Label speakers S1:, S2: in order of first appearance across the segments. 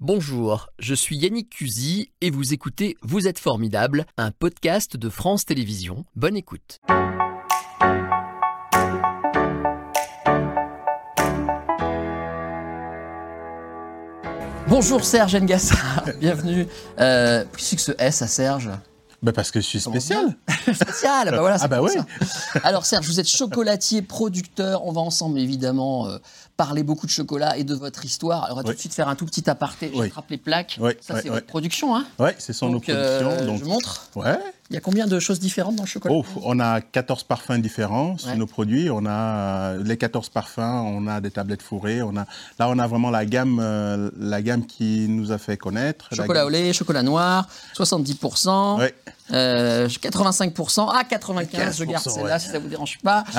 S1: Bonjour, je suis Yannick Cusy et vous écoutez Vous êtes formidable, un podcast de France Télévisions. Bonne écoute. Bonjour Serge Ngassar, bienvenue. Euh, Pourquoi c'est que ce S à Serge
S2: Bah parce que je suis
S1: Comment
S2: spécial.
S1: Spécial, bah voilà,
S2: ah
S1: c'est
S2: bah
S1: pour
S2: ouais.
S1: ça. Alors Serge, vous êtes chocolatier, producteur. On va ensemble évidemment euh, parler beaucoup de chocolat et de votre histoire. Alors on va tout
S2: Oui.
S1: de suite faire un tout petit aparté. Je
S2: Oui.
S1: frappe les plaques.
S2: Oui,
S1: ça
S2: oui,
S1: c'est
S2: oui.
S1: votre production, hein
S2: Ouais, c'est son
S1: Donc,
S2: opposition.
S1: euh,
S2: donc
S1: je montre.
S2: ouais.
S1: Il y a combien de choses différentes dans le chocolat
S2: Oh, on a 14 parfums différents sur
S1: Ouais.
S2: nos produits. On a euh, les 14 parfums, on a des tablettes fourrées, on a là on a vraiment la gamme euh, la gamme qui nous a fait connaître. La
S1: Chocolat au
S2: gamme-
S1: lait, chocolat noir, 70%,
S2: Ouais.
S1: euh, 85%, ah 95%, je garde
S2: 15%,
S1: celle-là
S2: ouais.
S1: si ça vous dérange pas.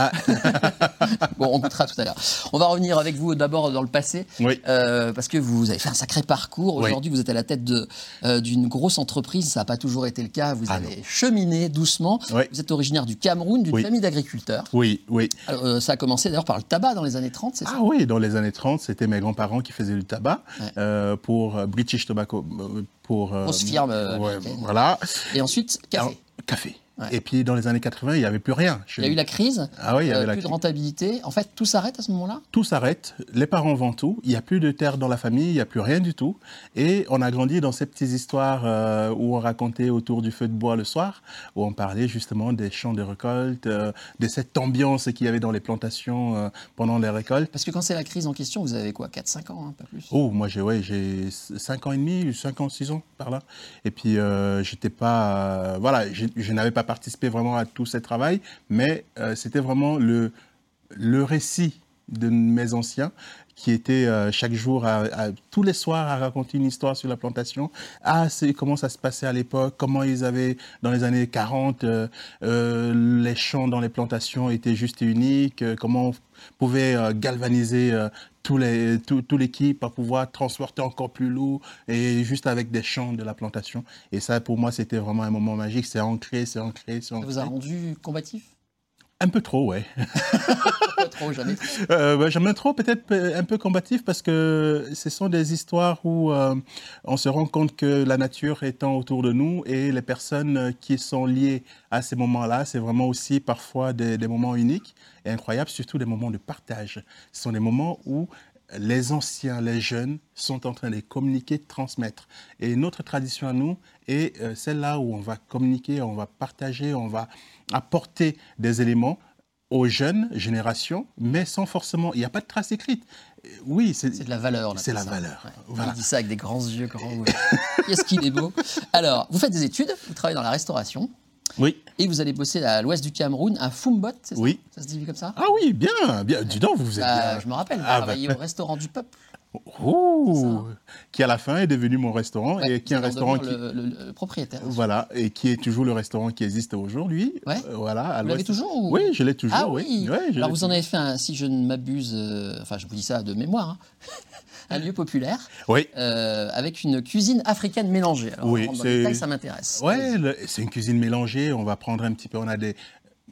S2: Ah,
S1: Bon, on goûtera tout à l'heure. On va revenir avec vous d'abord dans le passé,
S2: oui.
S1: euh, parce que vous avez fait un sacré parcours.
S2: Oui.
S1: Aujourd'hui, vous êtes à la tête de, euh, d'une grosse entreprise, ça n'a pas toujours été le cas, vous
S2: Ah
S1: avez cheminé doucement.
S2: Oui.
S1: Vous êtes originaire du Cameroun, d'une
S2: Oui.
S1: famille d'agriculteurs.
S2: Oui, oui.
S1: Alors, euh, ça a commencé d'ailleurs par le tabac dans les années 30, c'est ça
S2: Ah oui, dans les années 30, c'était mes grands-parents qui faisaient du tabac
S1: Ouais.
S2: euh, pour euh, British Tobacco, euh, pour... euh,
S1: Grosse firme, euh,
S2: ouais,
S1: américaine.
S2: voilà.
S1: Et ensuite, café.
S2: Ah. Alors, café.
S1: Ouais.
S2: Et puis dans les années 80, il n'y avait plus rien. chez
S1: il y a
S2: nous.
S1: eu la crise,
S2: Ah oui, il y
S1: euh,
S2: avait la
S1: plus de
S2: crise.
S1: rentabilité. En fait, tout s'arrête à ce moment-là
S2: tout s'arrête, les parents vendent tout, il n'y a plus de terre dans la famille, il n'y a plus rien du tout. Et on a grandi dans ces petites histoires euh, où on racontait autour du feu de bois le soir, où on parlait justement des champs de récolte, euh, de cette ambiance qu'il y avait dans les plantations euh, pendant les récoltes.
S1: Parce que quand c'est la crise en question, vous avez quoi 4-5 ans, hein, pas plus
S2: Oh, moi j'ai ouais, j'ai 5 ans et demi, ou 5 ans, 6 ans par là. Et puis euh, j'étais pas. euh, voilà, je, je n'avais pas participé vraiment à tout ce travail, mais euh, c'était vraiment le, le récit de mes anciens qui étaient euh, chaque jour, à, à- tous les soirs, à raconter une histoire sur la plantation. Ah, c'est comment ça se passait à l'époque, comment ils avaient, dans les années 40, euh, euh, les champs dans les plantations étaient juste et uniques, euh, comment on pouvait euh, galvaniser euh, tous les, tout, tout l'équipe à pouvoir transporter encore plus lourd et juste avec des champs de la plantation. Et ça, pour moi, c'était vraiment un moment magique. C'est ancré, c'est ancré, c'est
S1: Ça
S2: ancré.
S1: vous a rendu combatif
S2: Un peu trop, ouais.
S1: Pas trop, jamais.
S2: Euh, ouais, J'aime trop, peut-être euh, un peu combatif, parce que ce sont des histoires où euh, on se rend compte que la nature étant autour de nous et les personnes euh, qui sont liées à ces moments-là, c'est vraiment aussi parfois des, des moments uniques et incroyables, surtout des moments de partage. Ce sont des moments où les anciens, les jeunes sont en train de communiquer, de transmettre. Et notre tradition à nous est euh, celle-là où on va communiquer, on va partager, on va apporter des éléments aux jeunes générations, mais sans forcément. Il n'y a pas de trace écrite. Euh, Oui, c'est
S1: C'est de la valeur. là,
S2: C'est la
S1: ça.
S2: valeur,
S1: Ouais.
S2: voilà.
S1: Il dit ça avec des grands yeux, grands ouverts. Qu'est-ce qu'il est beau Alors, vous faites des études, vous travaillez dans la restauration,
S2: oui,
S1: et vous allez bosser à l'ouest du Cameroun, à Fumbot, c'est ça
S2: oui.
S1: Ça se dit comme ça
S2: Ah oui, bien, bien. Dis donc, vous vous êtes
S1: Bah,
S2: bien.
S1: Je me rappelle, vous
S2: Ah, bah.
S1: travaillez au restaurant du peuple.
S2: Ouh, qui à la fin est devenu mon restaurant
S1: Ouais,
S2: et qui est un
S1: vous allez en
S2: restaurant qui
S1: devenir Le, le- le propriétaire.
S2: voilà et qui est toujours le restaurant qui existe aujourd'hui.
S1: Ouais.
S2: Euh, Voilà. à
S1: Vous l'avez
S2: l'ouest.
S1: toujours ou-
S2: Oui, je l'ai toujours.
S1: Ah oui,
S2: Ouais, je
S1: Alors
S2: l'ai
S1: vous en avez fait un, si je ne m'abuse, euh, enfin je vous dis ça de mémoire, hein, un lieu populaire
S2: toujours. Oui.
S1: euh, avec une cuisine africaine mélangée. Alors,
S2: Oui,
S1: on rentre dans le
S2: c'est-
S1: détail, ça m'intéresse.
S2: Ouais, le- c'est une cuisine mélangée. On va prendre un petit peu. On a des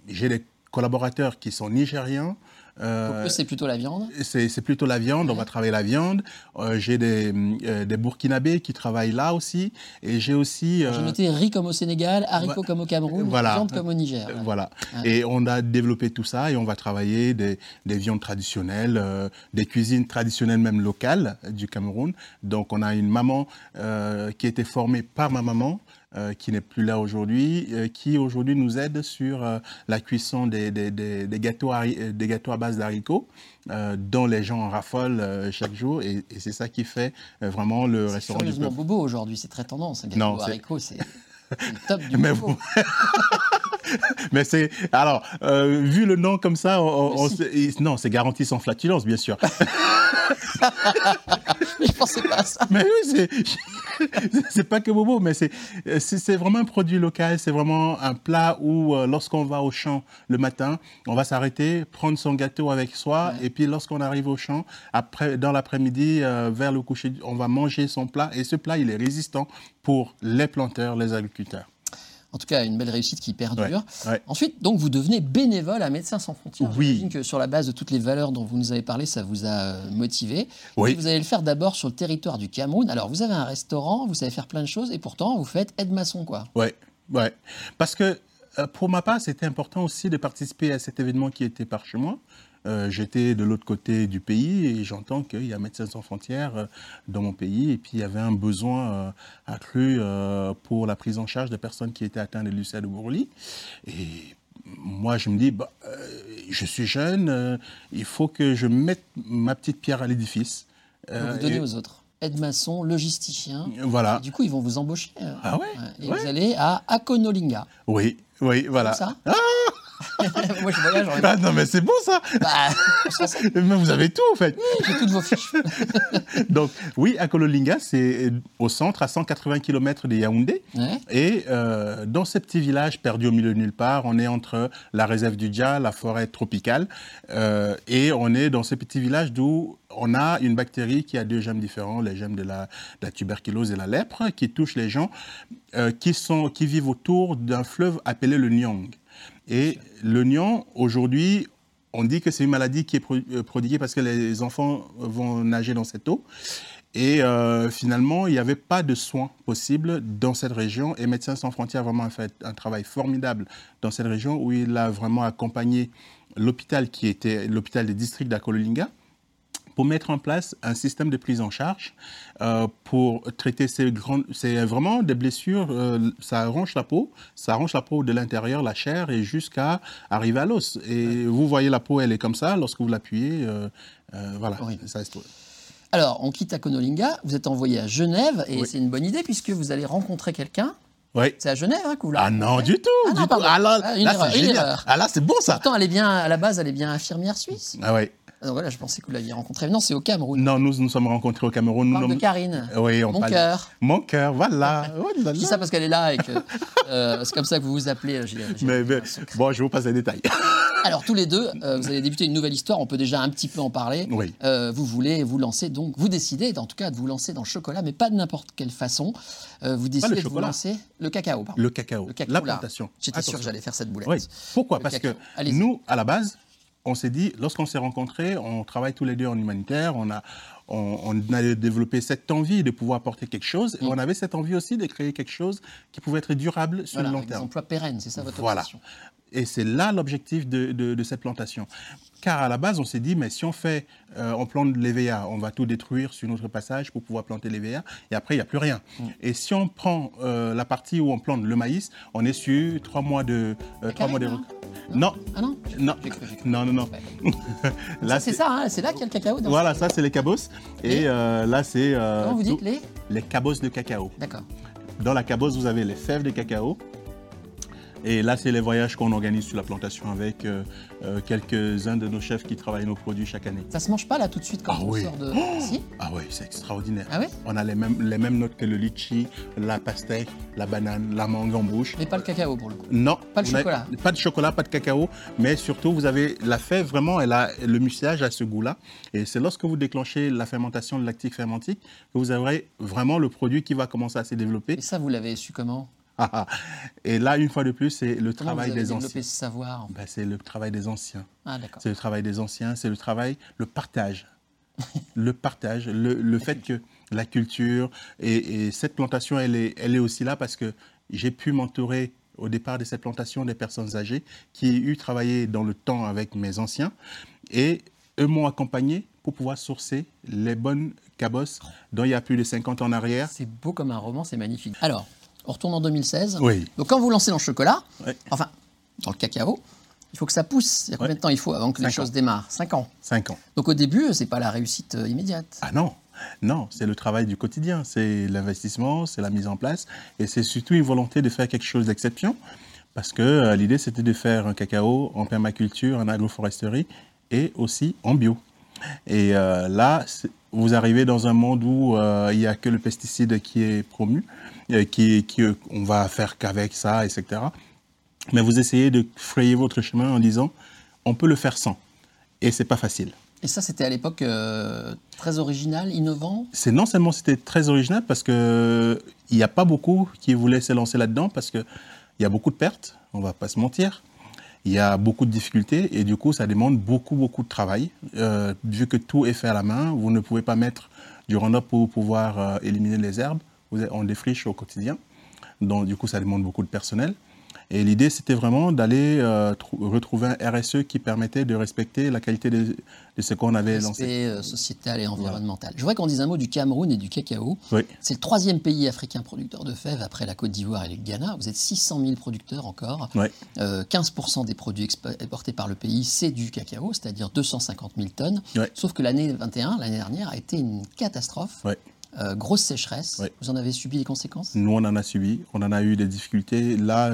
S2: j'ai des collaborateurs qui sont nigérians.
S1: Donc, Mhm.
S2: euh,
S1: eux, c'est plutôt la viande.
S2: C'est c'est plutôt la viande, on va travailler la viande. Euh, j'ai des, hum, euh, des Burkinabés qui travaillent là aussi. Et j'ai aussi. euh,
S1: J'ai noté riz comme au Sénégal, haricots
S2: ouais,
S1: comme au Cameroun,
S2: voilà.
S1: viande comme au Niger.
S2: euh,
S1: Ouais.
S2: Voilà.
S1: Ouais.
S2: Et on a développé tout ça et on va travailler des, des viandes traditionnelles, euh, des cuisines traditionnelles même locales euh, du Cameroun. Donc on a une maman euh, qui a été formée par ma maman. euh, qui n'est plus là aujourd'hui, euh, qui aujourd'hui nous aide sur euh, la cuisson des, des, des, des gâteaux, hari- euh, des gâteaux à base d'haricots, euh, dont les gens en raffolent euh, chaque jour, et, et c'est ça qui fait euh, vraiment le
S1: C'est
S2: restaurant du
S1: curieusement
S2: peuple.
S1: bobo aujourd'hui, c'est très tendance. Un
S2: Non,
S1: gâteau aux
S2: c'est-
S1: haricots, c'est c'est le top du
S2: Mais
S1: bobo.
S2: vous- Mais c'est alors euh, vu le nom comme ça, on- on-
S1: Mais si.
S2: on se- non, c'est garanti sans flatulence, bien sûr.
S1: Je pensais pas à ça.
S2: mais oui, c'est c'est pas que bobo, mais c'est c'est c'est vraiment un produit local. C'est vraiment un plat où euh, lorsqu'on va au champ le matin, on va s'arrêter, prendre son gâteau avec soi,
S1: Ouais.
S2: et puis lorsqu'on arrive au champ, après dans l'après-midi, euh, vers le coucher, on va manger son plat. Et ce plat, il est résistant pour les planteurs, les agriculteurs.
S1: En tout cas, une belle réussite qui perdure.
S2: Ouais, ouais.
S1: Ensuite, donc, vous devenez bénévole à Médecins sans frontières.
S2: Oui.
S1: J'imagine que sur la base de toutes les valeurs dont vous nous avez parlé, ça vous a euh, motivé.
S2: Oui.
S1: Et Vous allez le faire d'abord sur le territoire du Cameroun. Alors, vous avez un restaurant, vous savez faire plein de choses, et pourtant, vous faites aide-maçon, quoi.
S2: Ouais, ouais. Parce que euh, pour ma part, c'était important aussi de participer à cet événement qui était par chez moi. Euh, J'étais de l'autre côté du pays et j'entends qu'il y a Médecins sans frontières euh, dans mon pays et puis il y avait un besoin euh, accru euh, pour la prise en charge de personnes qui étaient atteintes de Lucia de Bourli. Et moi, je me dis, bah, euh, je suis jeune, euh, il faut que je mette ma petite pierre à l'édifice.
S1: Donc,
S2: Euh,
S1: vous donnez
S2: et-
S1: aux autres. Aide-maçon, logisticien.
S2: Voilà.
S1: Et Du coup, ils vont vous embaucher. euh,
S2: Ah ouais,
S1: Et
S2: ouais.
S1: vous allez à Akonolinga.
S2: Oui, oui, voilà.
S1: Comme ça Moi, je voyage en
S2: Ah non, mais c'est bon ça
S1: Bah, je pense que
S2: Mais vous avez tout en fait
S1: j'ai toutes vos fiches.
S2: Donc, oui, à Kololinga, c'est au centre, à 180 km de Yaoundé.
S1: Ouais.
S2: Et euh, dans ce petit village perdu au milieu de nulle part, on est entre la réserve du Dja, la forêt tropicale, euh, et on est dans ce petit village d'où on a une bactérie qui a deux gemmes différents, les gemmes de la, de la tuberculose et la lèpre, qui touchent les gens euh, qui, sont, qui vivent autour d'un fleuve appelé le Nyang. Et le Nyang, aujourd'hui, on dit que c'est une maladie qui est pro- euh, prodiguée parce que les enfants vont nager dans cette eau. Et euh, finalement, il n'y avait pas de soins possibles dans cette région. Et Médecins sans frontières a vraiment fait un travail formidable dans cette région où il a vraiment accompagné l'hôpital qui était l'hôpital des districts d'Akololinga pour mettre en place un système de prise en charge euh, pour traiter ces grandes... C'est vraiment des blessures, euh, ça arrange la peau, ça arrange la peau de l'intérieur, la chair, et jusqu'à arriver à l'os. Et vous voyez la peau, elle est comme ça, lorsque vous l'appuyez, euh, euh, voilà,
S1: Horrible.
S2: ça se trouve.
S1: Alors, on quitte Akonolinga, vous êtes envoyé à Genève, et
S2: Oui.
S1: c'est une bonne idée puisque vous allez rencontrer quelqu'un.
S2: Oui.
S1: C'est à Genève hein, que vous la
S2: Ah non, du tout,
S1: Ah non,
S2: du tout.
S1: pardon.
S2: Ah là,
S1: Ah, une
S2: là,
S1: erreur,
S2: c'est
S1: une
S2: génial.
S1: erreur.
S2: Ah là, c'est bon ça.
S1: Pourtant, elle est bien, à la base, elle est bien infirmière suisse.
S2: Ah ouais.
S1: Ah, donc voilà, je pensais que vous l'aviez rencontrée. Mais Non, c'est au Cameroun.
S2: Non, nous nous sommes rencontrés au Cameroun.
S1: On
S2: Nous
S1: parle de
S2: nommons-
S1: Karine.
S2: Oui, on
S1: Mon
S2: parle-
S1: cœur.
S2: Mon cœur, voilà. Oh là
S1: Je
S2: là.
S1: dis ça parce qu'elle est là et que euh, c'est comme ça que vous vous appelez. euh, j'ai- j'ai-
S2: Mais- mais- bon, je vous passe les détails.
S1: Alors, tous les deux, euh, vous allez débuter une nouvelle histoire. On peut déjà un petit peu en parler.
S2: Oui.
S1: Euh, vous voulez vous lancer, donc vous décidez, en tout cas, de vous lancer dans le chocolat, mais pas de n'importe quelle façon. Euh, vous décidez de vous
S2: chocolat.
S1: lancer le cacao, pardon.
S2: Le cacao,
S1: Le cacao,
S2: la
S1: là.
S2: plantation.
S1: J'étais sûr que
S2: Attention.
S1: j'allais faire cette boulette.
S2: Oui. Pourquoi
S1: Le
S2: Parce que
S1: cacao. Allez-y.
S2: nous, à la base, on s'est dit, lorsqu'on s'est rencontrés, on travaille tous les deux en humanitaire, on a, on, on a développé cette envie de pouvoir apporter quelque chose,
S1: Mm.
S2: et on avait cette envie aussi de créer quelque chose qui pouvait être durable sur
S1: Voilà,
S2: le long
S1: avec des
S2: terme.
S1: emplois pérennes, c'est ça votre
S2: Voilà.
S1: obsession.
S2: Et c'est là l'objectif de, de- de cette plantation. Car à la base, on s'est dit, mais si on fait, euh, on plante l'EVA, on va tout détruire sur notre passage pour pouvoir planter l'EVA, et après, il n'y a plus rien.
S1: Mm.
S2: Et si on prend euh, la partie où on plante le maïs, on est sur trois mois de... euh, trois
S1: Carême,
S2: mois de...
S1: hein
S2: Non,
S1: Ah non
S2: non,
S1: J'ai cru, j'ai cru.
S2: non, non, non.
S1: Ça,
S2: Là,
S1: C'est ça, hein, c'est là qu'il y a le cacao. Dans
S2: Voilà, ça, c'est les cabosses. Et euh, là, c'est... euh,
S1: Comment vous
S2: tout-
S1: dites les
S2: Les cabosses de cacao.
S1: D'accord.
S2: Dans la cabosse, vous avez les fèves de cacao. Et là, c'est les voyages qu'on organise sur la plantation avec euh, euh, quelques-uns de nos chefs qui travaillent nos produits chaque année.
S1: Ça se mange pas là tout de suite quand
S2: Ah
S1: on
S2: oui.
S1: sort de. Si
S2: Ah oui, c'est extraordinaire.
S1: Ah oui
S2: On a les mêmes, les mêmes notes que le litchi, la pastèque, la banane, la mangue en bouche.
S1: Mais pas le cacao pour le coup.
S2: Non.
S1: Pas le
S2: on a-
S1: chocolat.
S2: Pas de chocolat, pas de cacao, mais surtout, vous avez la fève, vraiment, elle a, le mucilage a ce goût-là. Et c'est lorsque vous déclenchez la fermentation de lactique fermentique que vous aurez vraiment le produit qui va commencer à se développer.
S1: Et ça, vous l'avez su comment
S2: Ah, ah. Et là, une fois de plus, c'est le
S1: Comment
S2: travail
S1: vous avez
S2: des
S1: développé
S2: anciens.
S1: ce savoir en fait
S2: Ben, c'est le travail des anciens.
S1: Ah d'accord.
S2: C'est le travail des anciens, c'est le travail, le partage. le partage, le, le fait que la culture et, et cette plantation, elle est, elle est aussi là parce que j'ai pu m'entourer au départ de cette plantation des personnes âgées qui ont eu travaillé dans le temps avec mes anciens et eux m'ont accompagné pour pouvoir sourcer les bonnes
S1: Oh.
S2: cabosses dont il y a plus de 50 en arrière.
S1: C'est beau comme un roman, c'est magnifique. Alors, on retourne en 2016.
S2: Oui.
S1: Donc quand vous lancez dans le chocolat,
S2: Ouais.
S1: enfin dans le cacao, il faut que ça pousse. Il y a combien
S2: Ouais.
S1: de temps il faut avant que les
S2: Cinq
S1: choses
S2: ans.
S1: démarrent 5 ans.
S2: 5 ans.
S1: Donc au début, c'est pas la réussite euh, immédiate.
S2: Ah non, non, c'est le travail du quotidien, c'est l'investissement, c'est la mise en place, et c'est surtout une volonté de faire quelque chose d'exception, parce que euh, l'idée c'était de faire un cacao en permaculture, en agroforesterie, et aussi en bio. Et euh, là, c'est- vous arrivez dans un monde où euh, il n'y a que le pesticide qui est promu, euh, qui, qui euh, on va faire qu'avec ça, etc. Mais vous essayez de frayer votre chemin en disant, on peut le faire sans, et c'est pas facile.
S1: Et ça, c'était à l'époque euh, très original, innovant.
S2: c'est non seulement c'était très original parce que il n'y a pas beaucoup qui voulaient se lancer là-dedans parce que Il y a beaucoup de pertes, on va pas se mentir. Il y a beaucoup de difficultés et du coup, ça demande beaucoup, beaucoup de travail. Euh, vu que tout est fait à la main, vous ne pouvez pas mettre du Roundup pour pouvoir euh, éliminer les herbes. Vous êtes- on défriche au quotidien. Donc, du coup, ça demande beaucoup de personnel. Et l'idée, c'était vraiment d'aller euh, trou- retrouver un RSE qui permettait de respecter la qualité de, de ce qu'on avait lancé.
S1: Aspect euh, sociétal et environnemental. Je voudrais qu'on dise un mot du Cameroun et du cacao.
S2: Oui.
S1: C'est le troisième pays africain producteur de fèves après la Côte d'Ivoire et le Ghana. Vous êtes 600 000 producteurs encore.
S2: Ouais.
S1: Euh, 15% des produits expo- exportés par le pays, c'est du cacao, c'est-à-dire 250 000 tonnes.
S2: Ouais.
S1: Sauf que l'année 21, l'année dernière, a été une catastrophe.
S2: Ouais.
S1: Euh, grosse sécheresse.
S2: Ouais.
S1: Vous en avez subi les conséquences
S2: Nous, on en a subi, on en a eu des difficultés. Là,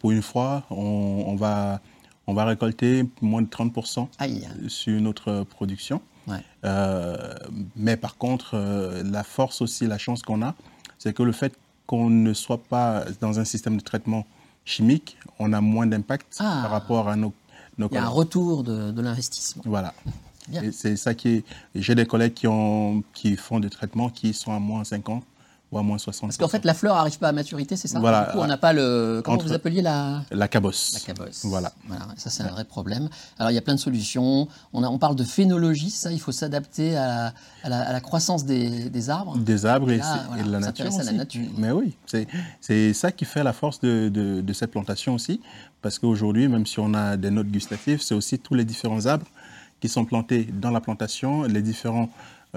S2: pour une fois, on, on va, on va récolter moins de 30%
S1: Aïe.
S2: sur notre production.
S1: Ouais.
S2: Euh, mais par contre, euh, la force aussi, la chance qu'on a, c'est que le fait qu'on ne soit pas dans un système de traitement chimique, on a moins d'impact
S1: Ah.
S2: par rapport à nos, nos
S1: Il y a un
S2: collègues.
S1: retour de, de l'investissement.
S2: Voilà.
S1: Bien.
S2: Et C'est ça qui est. J'ai des collègues qui, ont, qui font des traitements qui sont à moins 50 ou à moins 60.
S1: Parce qu'en fait, la fleur n'arrive pas à maturité, c'est ça
S2: Voilà.
S1: Du coup, on n'a pas le. Comment
S2: Entre-
S1: vous appeliez la.
S2: la cabosse.
S1: La cabosse.
S2: Voilà.
S1: ça, c'est un vrai problème. Alors, il y a plein de solutions. On, a- on parle de phénologie, ça, il faut s'adapter à, à la, à la croissance des, des arbres.
S2: Des arbres et,
S1: Là,
S2: c'est-
S1: Ah, voilà,
S2: et de la
S1: on
S2: nature.
S1: s'intéresse à la
S2: aussi.
S1: nature.
S2: Mais oui, c'est- c'est ça qui fait la force de, de- de cette plantation aussi. Parce qu'aujourd'hui, même si on a des notes gustatives, c'est aussi tous les différents arbres qui sont plantés dans la plantation, les différents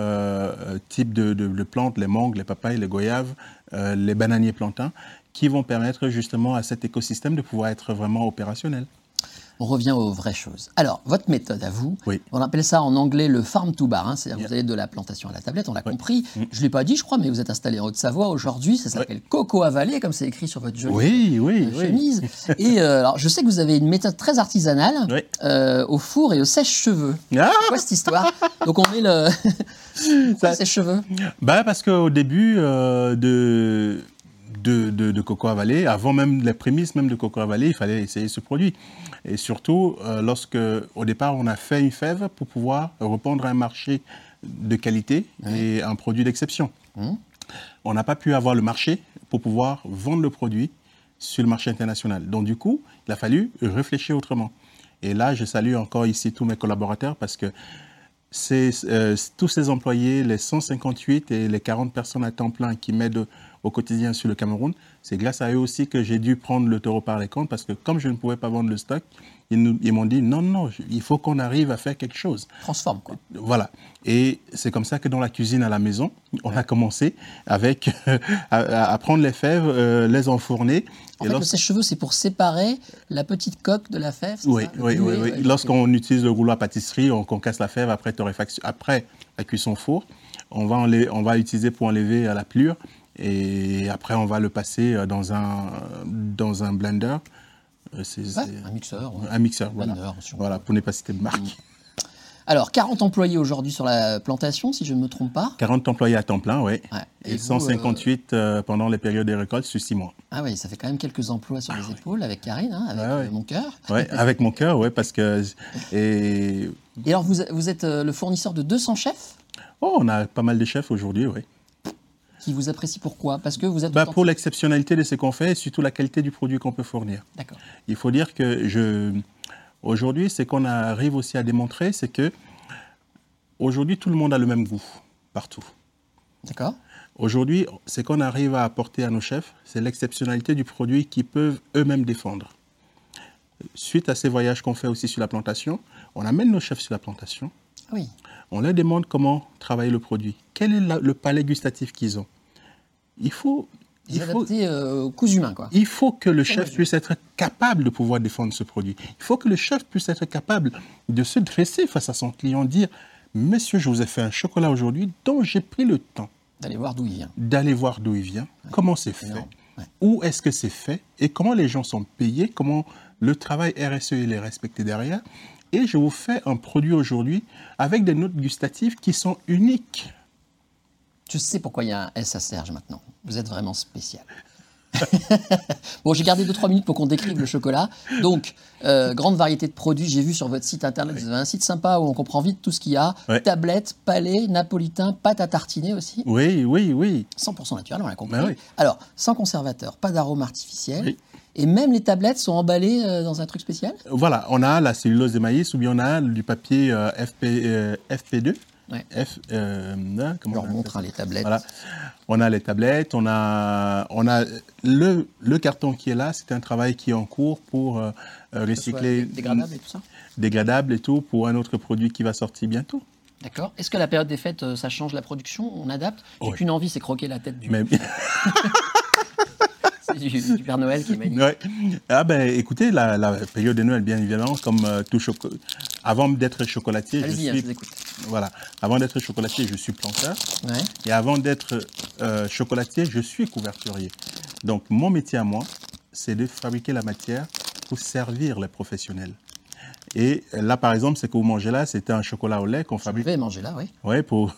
S2: euh, types de, de- de plantes, les mangues, les papayes, les goyaves, euh, les bananiers plantains, qui vont permettre justement à cet écosystème de pouvoir être vraiment opérationnel.
S1: On revient aux vraies choses. Alors, votre méthode à vous,
S2: Oui.
S1: on appelle ça en anglais le farm to bar, hein, c'est-à-dire
S2: Yeah. Mm.
S1: vous allez de la plantation à la tablette, on l'a
S2: Ouais.
S1: compris. Je ne l'ai pas dit, je crois, mais vous êtes installé en Haute-Savoie aujourd'hui, ça s'appelle Coco Avalé, comme c'est écrit sur votre jolie
S2: Oui, oui,
S1: euh, chemise. Et euh, alors, je sais que vous avez une méthode très artisanale,
S2: Oui.
S1: euh, au four et au sèche-cheveux.
S2: Ah
S1: C'est quoi cette histoire Donc, on met le. Pourquoi le sèche-cheveux
S2: Bah parce qu'au début euh, de, de, de, de Cocoa Valley, avant même les prémices même de Cocoa Valley, il fallait essayer ce produit. Et surtout, euh, lorsque au départ, on a fait une fève pour pouvoir répondre à un marché de qualité et un produit d'exception.
S1: Mhm.
S2: On n'a pas pu avoir le marché pour pouvoir vendre le produit sur le marché international. Donc du coup, il a fallu réfléchir autrement. Et là, je salue encore ici tous mes collaborateurs parce que c'est euh, tous ces employés, les 158 et les 40 personnes à temps plein qui m'aident au quotidien sur le Cameroun, c'est grâce à eux aussi que j'ai dû prendre le taureau par les cornes parce que comme je ne pouvais pas vendre le stock, ils, nous- ils m'ont dit non, non, je- il faut qu'on arrive à faire quelque chose.
S1: Transforme, quoi.
S2: Voilà. Et c'est comme ça que dans la cuisine à la maison, on a commencé avec à, à- à prendre les fèves, euh, les enfourner.
S1: En fait,
S2: Et
S1: le
S2: lorsque-
S1: sèche-cheveux, c'est pour séparer la petite coque de la fève. c'est
S2: Oui,
S1: ça Le
S2: oui, oui,
S1: buée,
S2: oui.
S1: ouais,
S2: Lorsqu'on utilise le rouleau à pâtisserie, on, qu'on casse la fève après, torréfaction, après la cuisson au four. On va, enlè- on va utiliser pour enlever euh, la plure et après on va le passer euh, dans un, dans un blender. Euh, C'est
S1: Ouais,
S2: c'est
S1: un mixeur. ouais.
S2: un mixeur, voilà.
S1: Blender, Mm. si on
S2: Voilà, pour ne pas citer de marque.
S1: Alors, 40 employés aujourd'hui sur la plantation, si je ne me trompe pas.
S2: 40 employés à temps plein, oui.
S1: Ouais.
S2: Et,
S1: Et vous,
S2: 158 euh, pendant les périodes des récoltes sur 6 mois.
S1: Ah oui, ça fait quand même quelques emplois sur les épaules avec Karine, hein, avec
S2: Ah Ouais, ouais.
S1: euh, mon cœur.
S2: Ouais, avec mon cœur, ouais, parce que. Et.
S1: Et alors, vous, vous êtes euh, le fournisseur de 200 chefs
S2: Oh, on a pas mal de chefs aujourd'hui, oui.
S1: qui vous apprécient pourquoi Parce que vous êtes.
S2: Bah,
S1: authentique.
S2: pour l'exceptionnalité de ce qu'on fait et surtout la qualité du produit qu'on peut fournir.
S1: D'accord.
S2: Il faut dire que je. Aujourd'hui, ce qu'on arrive aussi à démontrer, c'est que. Aujourd'hui, tout le monde a le même goût, partout.
S1: D'accord.
S2: Aujourd'hui, ce qu'on arrive à apporter à nos chefs, c'est l'exceptionnalité du produit qu'ils peuvent eux-mêmes défendre. Suite à ces voyages qu'on fait aussi sur la plantation, on amène nos chefs sur la plantation,
S1: Ah Oui.
S2: on leur demande comment travailler le produit, quel est la- le palais gustatif qu'ils ont. Il faut,
S1: Vous
S2: il faut,
S1: adaptez euh, aux coûts humains, quoi.
S2: il faut que le chef puisse être capable de pouvoir défendre ce produit. Il faut que le chef puisse être capable de se dresser face à son client, dire Monsieur, je vous ai fait un chocolat aujourd'hui dont j'ai pris le temps
S1: D'aller voir d'où il vient.
S2: d'aller voir d'où il vient, comment c'est fait,
S1: énorme, ouais.
S2: où est-ce que c'est fait et comment les gens sont payés, comment le travail RSE il est respecté derrière. Et je vous fais un produit aujourd'hui avec des notes gustatives qui sont uniques.
S1: Je sais pourquoi il y a un S à Serge maintenant. Vous êtes vraiment spécial. bon, j'ai gardé 2-3 minutes pour qu'on décrive le chocolat. Donc, euh, grande variété de produits. J'ai vu sur votre site internet, vous avez un site sympa où on comprend vite tout ce qu'il y a.
S2: Ouais.
S1: Tablette, palais, napolitain, pâte à tartiner aussi.
S2: Oui, oui, oui.
S1: 100% naturel, on l'a compris.
S2: Ben oui.
S1: Alors, sans conservateur, pas d'arôme artificiel.
S2: Oui.
S1: Et même les tablettes sont emballées euh, dans un truc spécial
S2: Voilà, on a la cellulose de maïs ou bien on a du papier euh, FP, euh, FP2.
S1: Ouais.
S2: F, euh, hein,
S1: On
S2: comment
S1: leur
S2: on
S1: montre hein,
S2: appelle
S1: les tablettes.
S2: Voilà. On a les tablettes, on a, on a le, le carton qui est là, c'est un travail qui est en cours pour euh, euh,
S1: Que ce soit
S2: recycler
S1: Dégradable et tout ça.
S2: dégradable et tout pour un autre produit qui va sortir bientôt.
S1: D'accord. Est-ce que la période des fêtes, euh, ça change la production On adapte J'ai
S2: Ouais.
S1: qu'une envie, c'est croquer la tête du,
S2: Mais-
S1: du- du Père Noël qui est magnifique.
S2: Ouais. Ah ben écoutez, la, la période de Noël, bien évidemment, comme euh, tout chocolat. Avant d'être chocolatier, je
S1: Allez-y, hein, je vous
S2: suis,
S1: écoute.
S2: voilà, avant d'être chocolatier, je suis planteur.
S1: Ouais.
S2: Et avant d'être euh, chocolatier, je suis couverturier. Donc, mon métier à moi, c'est de fabriquer la matière pour servir les professionnels. Et euh, là, par exemple, ce que vous mangez là, c'était un chocolat au lait qu'on
S1: Je
S2: fabrique
S1: vais manger là, oui.
S2: ouais, pour,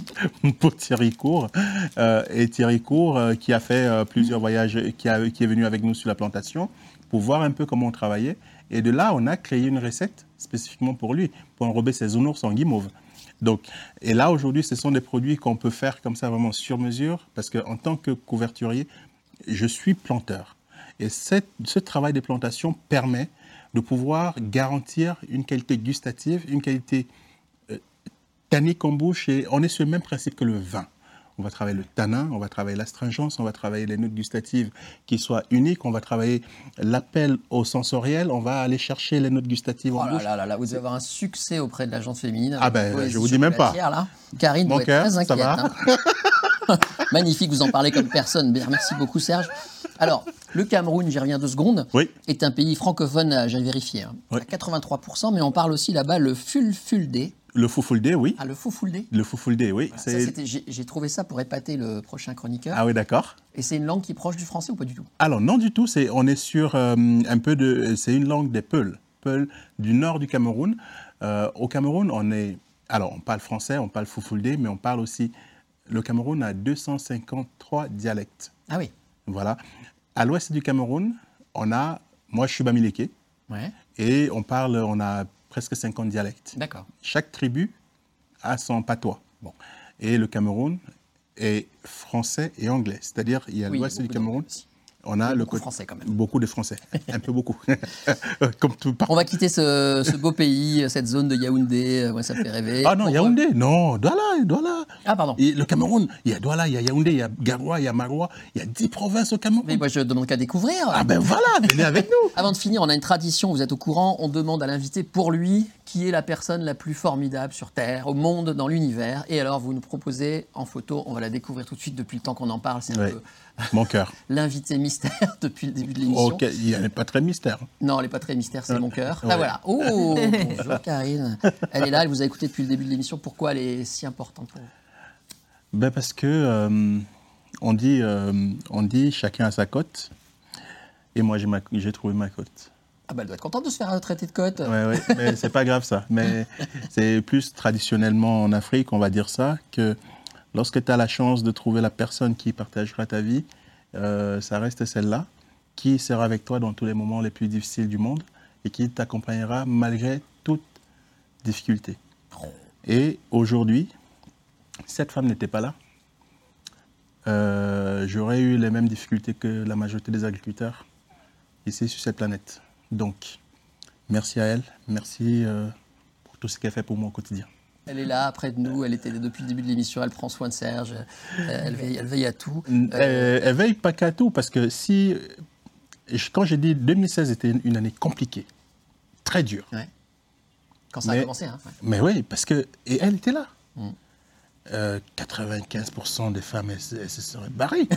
S2: pour Thierry Court. Euh, et Thierry Court, euh, qui a fait euh, plusieurs voyages, euh, qui, a- qui est venu avec nous sur la plantation pour voir un peu comment on travaillait. Et de là, on a créé une recette spécifiquement pour lui, pour enrober ses ours en guimauve. Donc, et là, aujourd'hui, ce sont des produits qu'on peut faire comme ça, vraiment sur mesure, parce qu'en tant que couverturier, je suis planteur. Et cette- ce travail de plantation permet de pouvoir garantir une qualité gustative, une qualité tannique en bouche et on est sur le même principe que le vin. On va travailler le tanin, on va travailler l'astringence, on va travailler les notes gustatives qui soient uniques, on va travailler l'appel au sensoriel, on va aller chercher les notes gustatives
S1: Oh
S2: en
S1: là
S2: bouche.
S1: là là là, vous devez avoir un succès auprès de l'agence féminine.
S2: Ah
S1: avec
S2: ben,
S1: Poésie
S2: je vous dis même pas.
S1: Chocolatière, Là. Karine
S2: Mon
S1: doit être
S2: cœur,
S1: très
S2: ça
S1: inquiète.
S2: va
S1: hein. Magnifique, vous en parlez comme personne. Bien, Merci beaucoup, Serge. Alors, le Cameroun, j'y reviens deux secondes,
S2: Oui,
S1: est un pays francophone, euh, j'ai vérifié, hein,
S2: Oui.
S1: à 83%, mais on parle aussi là-bas le fulfuldé.
S2: le foufoulé, oui.
S1: Ah, le foufoulé
S2: Le foufoulé, oui.
S1: Ça,
S2: c'est-
S1: c'était- J'ai j'ai trouvé ça pour épater le prochain chroniqueur.
S2: ah oui, d'accord.
S1: Et c'est une langue qui est proche du français ou pas du tout
S2: Alors non du tout, c'est on est sur euh, un peu de c'est une langue des Peuls, Peuls du nord du Cameroun. Euh, au Cameroun, on est alors on parle français, on parle foufoulé, mais on parle aussi le Cameroun a 253 dialectes.
S1: Ah oui.
S2: Voilà. À l'ouest du Cameroun, on a moi je suis Bamileke
S1: Ouais,
S2: et on parle on a presque 50 dialectes.
S1: d'accord.
S2: Chaque tribu a son patois. Bon. Et le Cameroun est français et anglais, c'est-à-dire il y a
S1: Oui,
S2: l'ouest du
S1: beaucoup
S2: Cameroun,
S1: d'anglais aussi.
S2: on a le
S1: Beaucoup
S2: côté
S1: français quand même.
S2: Beaucoup de Français, un peu beaucoup. Comme tout partout.
S1: On va quitter ce, ce beau pays, cette zone de Yaoundé, euh, moi ça me fait rêver.
S2: Ah non,
S1: Pourquoi-
S2: Yaoundé, non, Douala, Douala.
S1: Ah pardon.
S2: Et le Cameroun, il y a Douala, il y a Yaoundé, il y a Garoua, il y a Maroua, il y a 10 provinces au Cameroun.
S1: Mais moi je demande qu'à découvrir.
S2: Ah ben voilà, venez avec nous.
S1: Avant de finir, on a une tradition, vous êtes au courant, on demande à l'invité pour lui qui est la personne la plus formidable sur Terre, au monde, dans l'univers. Et alors vous nous proposez en photo, on va la découvrir tout de suite depuis le temps qu'on en parle, c'est un
S2: Ouais.
S1: peu
S2: Mon cœur.
S1: l'invité mystère depuis le début de l'émission.
S2: Ok, il n'y a pas très de mystère.
S1: Non, elle n'est pas très mystère, c'est mon cœur. Ah
S2: Ouais.
S1: voilà. Oh, bonjour Karine. Elle est là, elle vous a écouté depuis le début de l'émission. Pourquoi elle est si importante pour vous
S2: Ben parce que euh, on, dit, euh, on dit chacun a sa cote. Et moi, j'ai ma- j'ai trouvé ma cote.
S1: Ah bah elle doit être contente de se faire euh, traiter de cote.
S2: Ouais, ouais, mais c'est pas grave ça. Mais c'est plus traditionnellement en Afrique, on va dire ça, que lorsque tu as la chance de trouver la personne qui partagera ta vie, euh, ça reste celle-là qui sera avec toi dans tous les moments les plus difficiles du monde et qui t'accompagnera malgré toute difficulté. Et aujourd'hui, cette femme n'était pas là. Euh, J'aurais eu les mêmes difficultés que la majorité des agriculteurs ici sur cette planète. Donc, Merci à elle, merci euh, pour tout ce qu'elle fait pour moi au quotidien.
S1: Elle est là, près de nous. Elle était depuis le début de l'émission. Elle prend soin de Serge. Euh, Elle veille, elle veille à tout.
S2: Euh, Elle, veille pas qu'à tout, parce que si. je- Quand j'ai dit 2016 était une- une année compliquée, très dure.
S1: Ouais. Quand ça a
S2: Mais-
S1: commencé. Hein. ouais.
S2: Mais oui, parce que. Et elle était là. Euh, 95% des femmes, elles, se- elles se seraient barrées.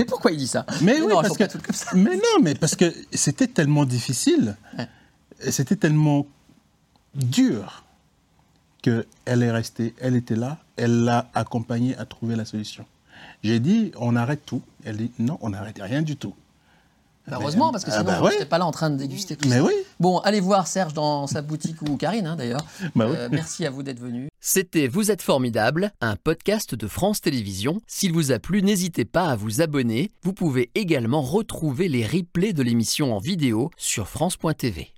S1: Mais pourquoi il dit ça
S2: Mais oui,
S1: non, elles
S2: parce
S1: font
S2: que.
S1: pas tout comme ça.
S2: Mais non, mais parce que c'était tellement difficile, et c'était tellement dur que elle est restée, elle était là, elle l'a accompagnée à trouver la solution. J'ai dit, on arrête tout. Elle dit, non, on n'arrête rien du tout.
S3: Bah, heureusement, parce que
S2: Ah,
S3: sinon,
S2: bah
S3: on
S2: ouais.
S3: n'était pas là en train de déguster tout
S2: Mais
S3: ça.
S2: oui,
S3: Bon, allez voir Serge dans sa boutique ou Karine, hein, d'ailleurs.
S2: bah oui.
S3: Euh, merci à vous d'être venus.
S1: C'était Vous êtes formidable, un podcast de France Télévisions. S'il vous a plu, n'hésitez pas à vous abonner. Vous pouvez également retrouver les replays de l'émission en vidéo sur France.tv.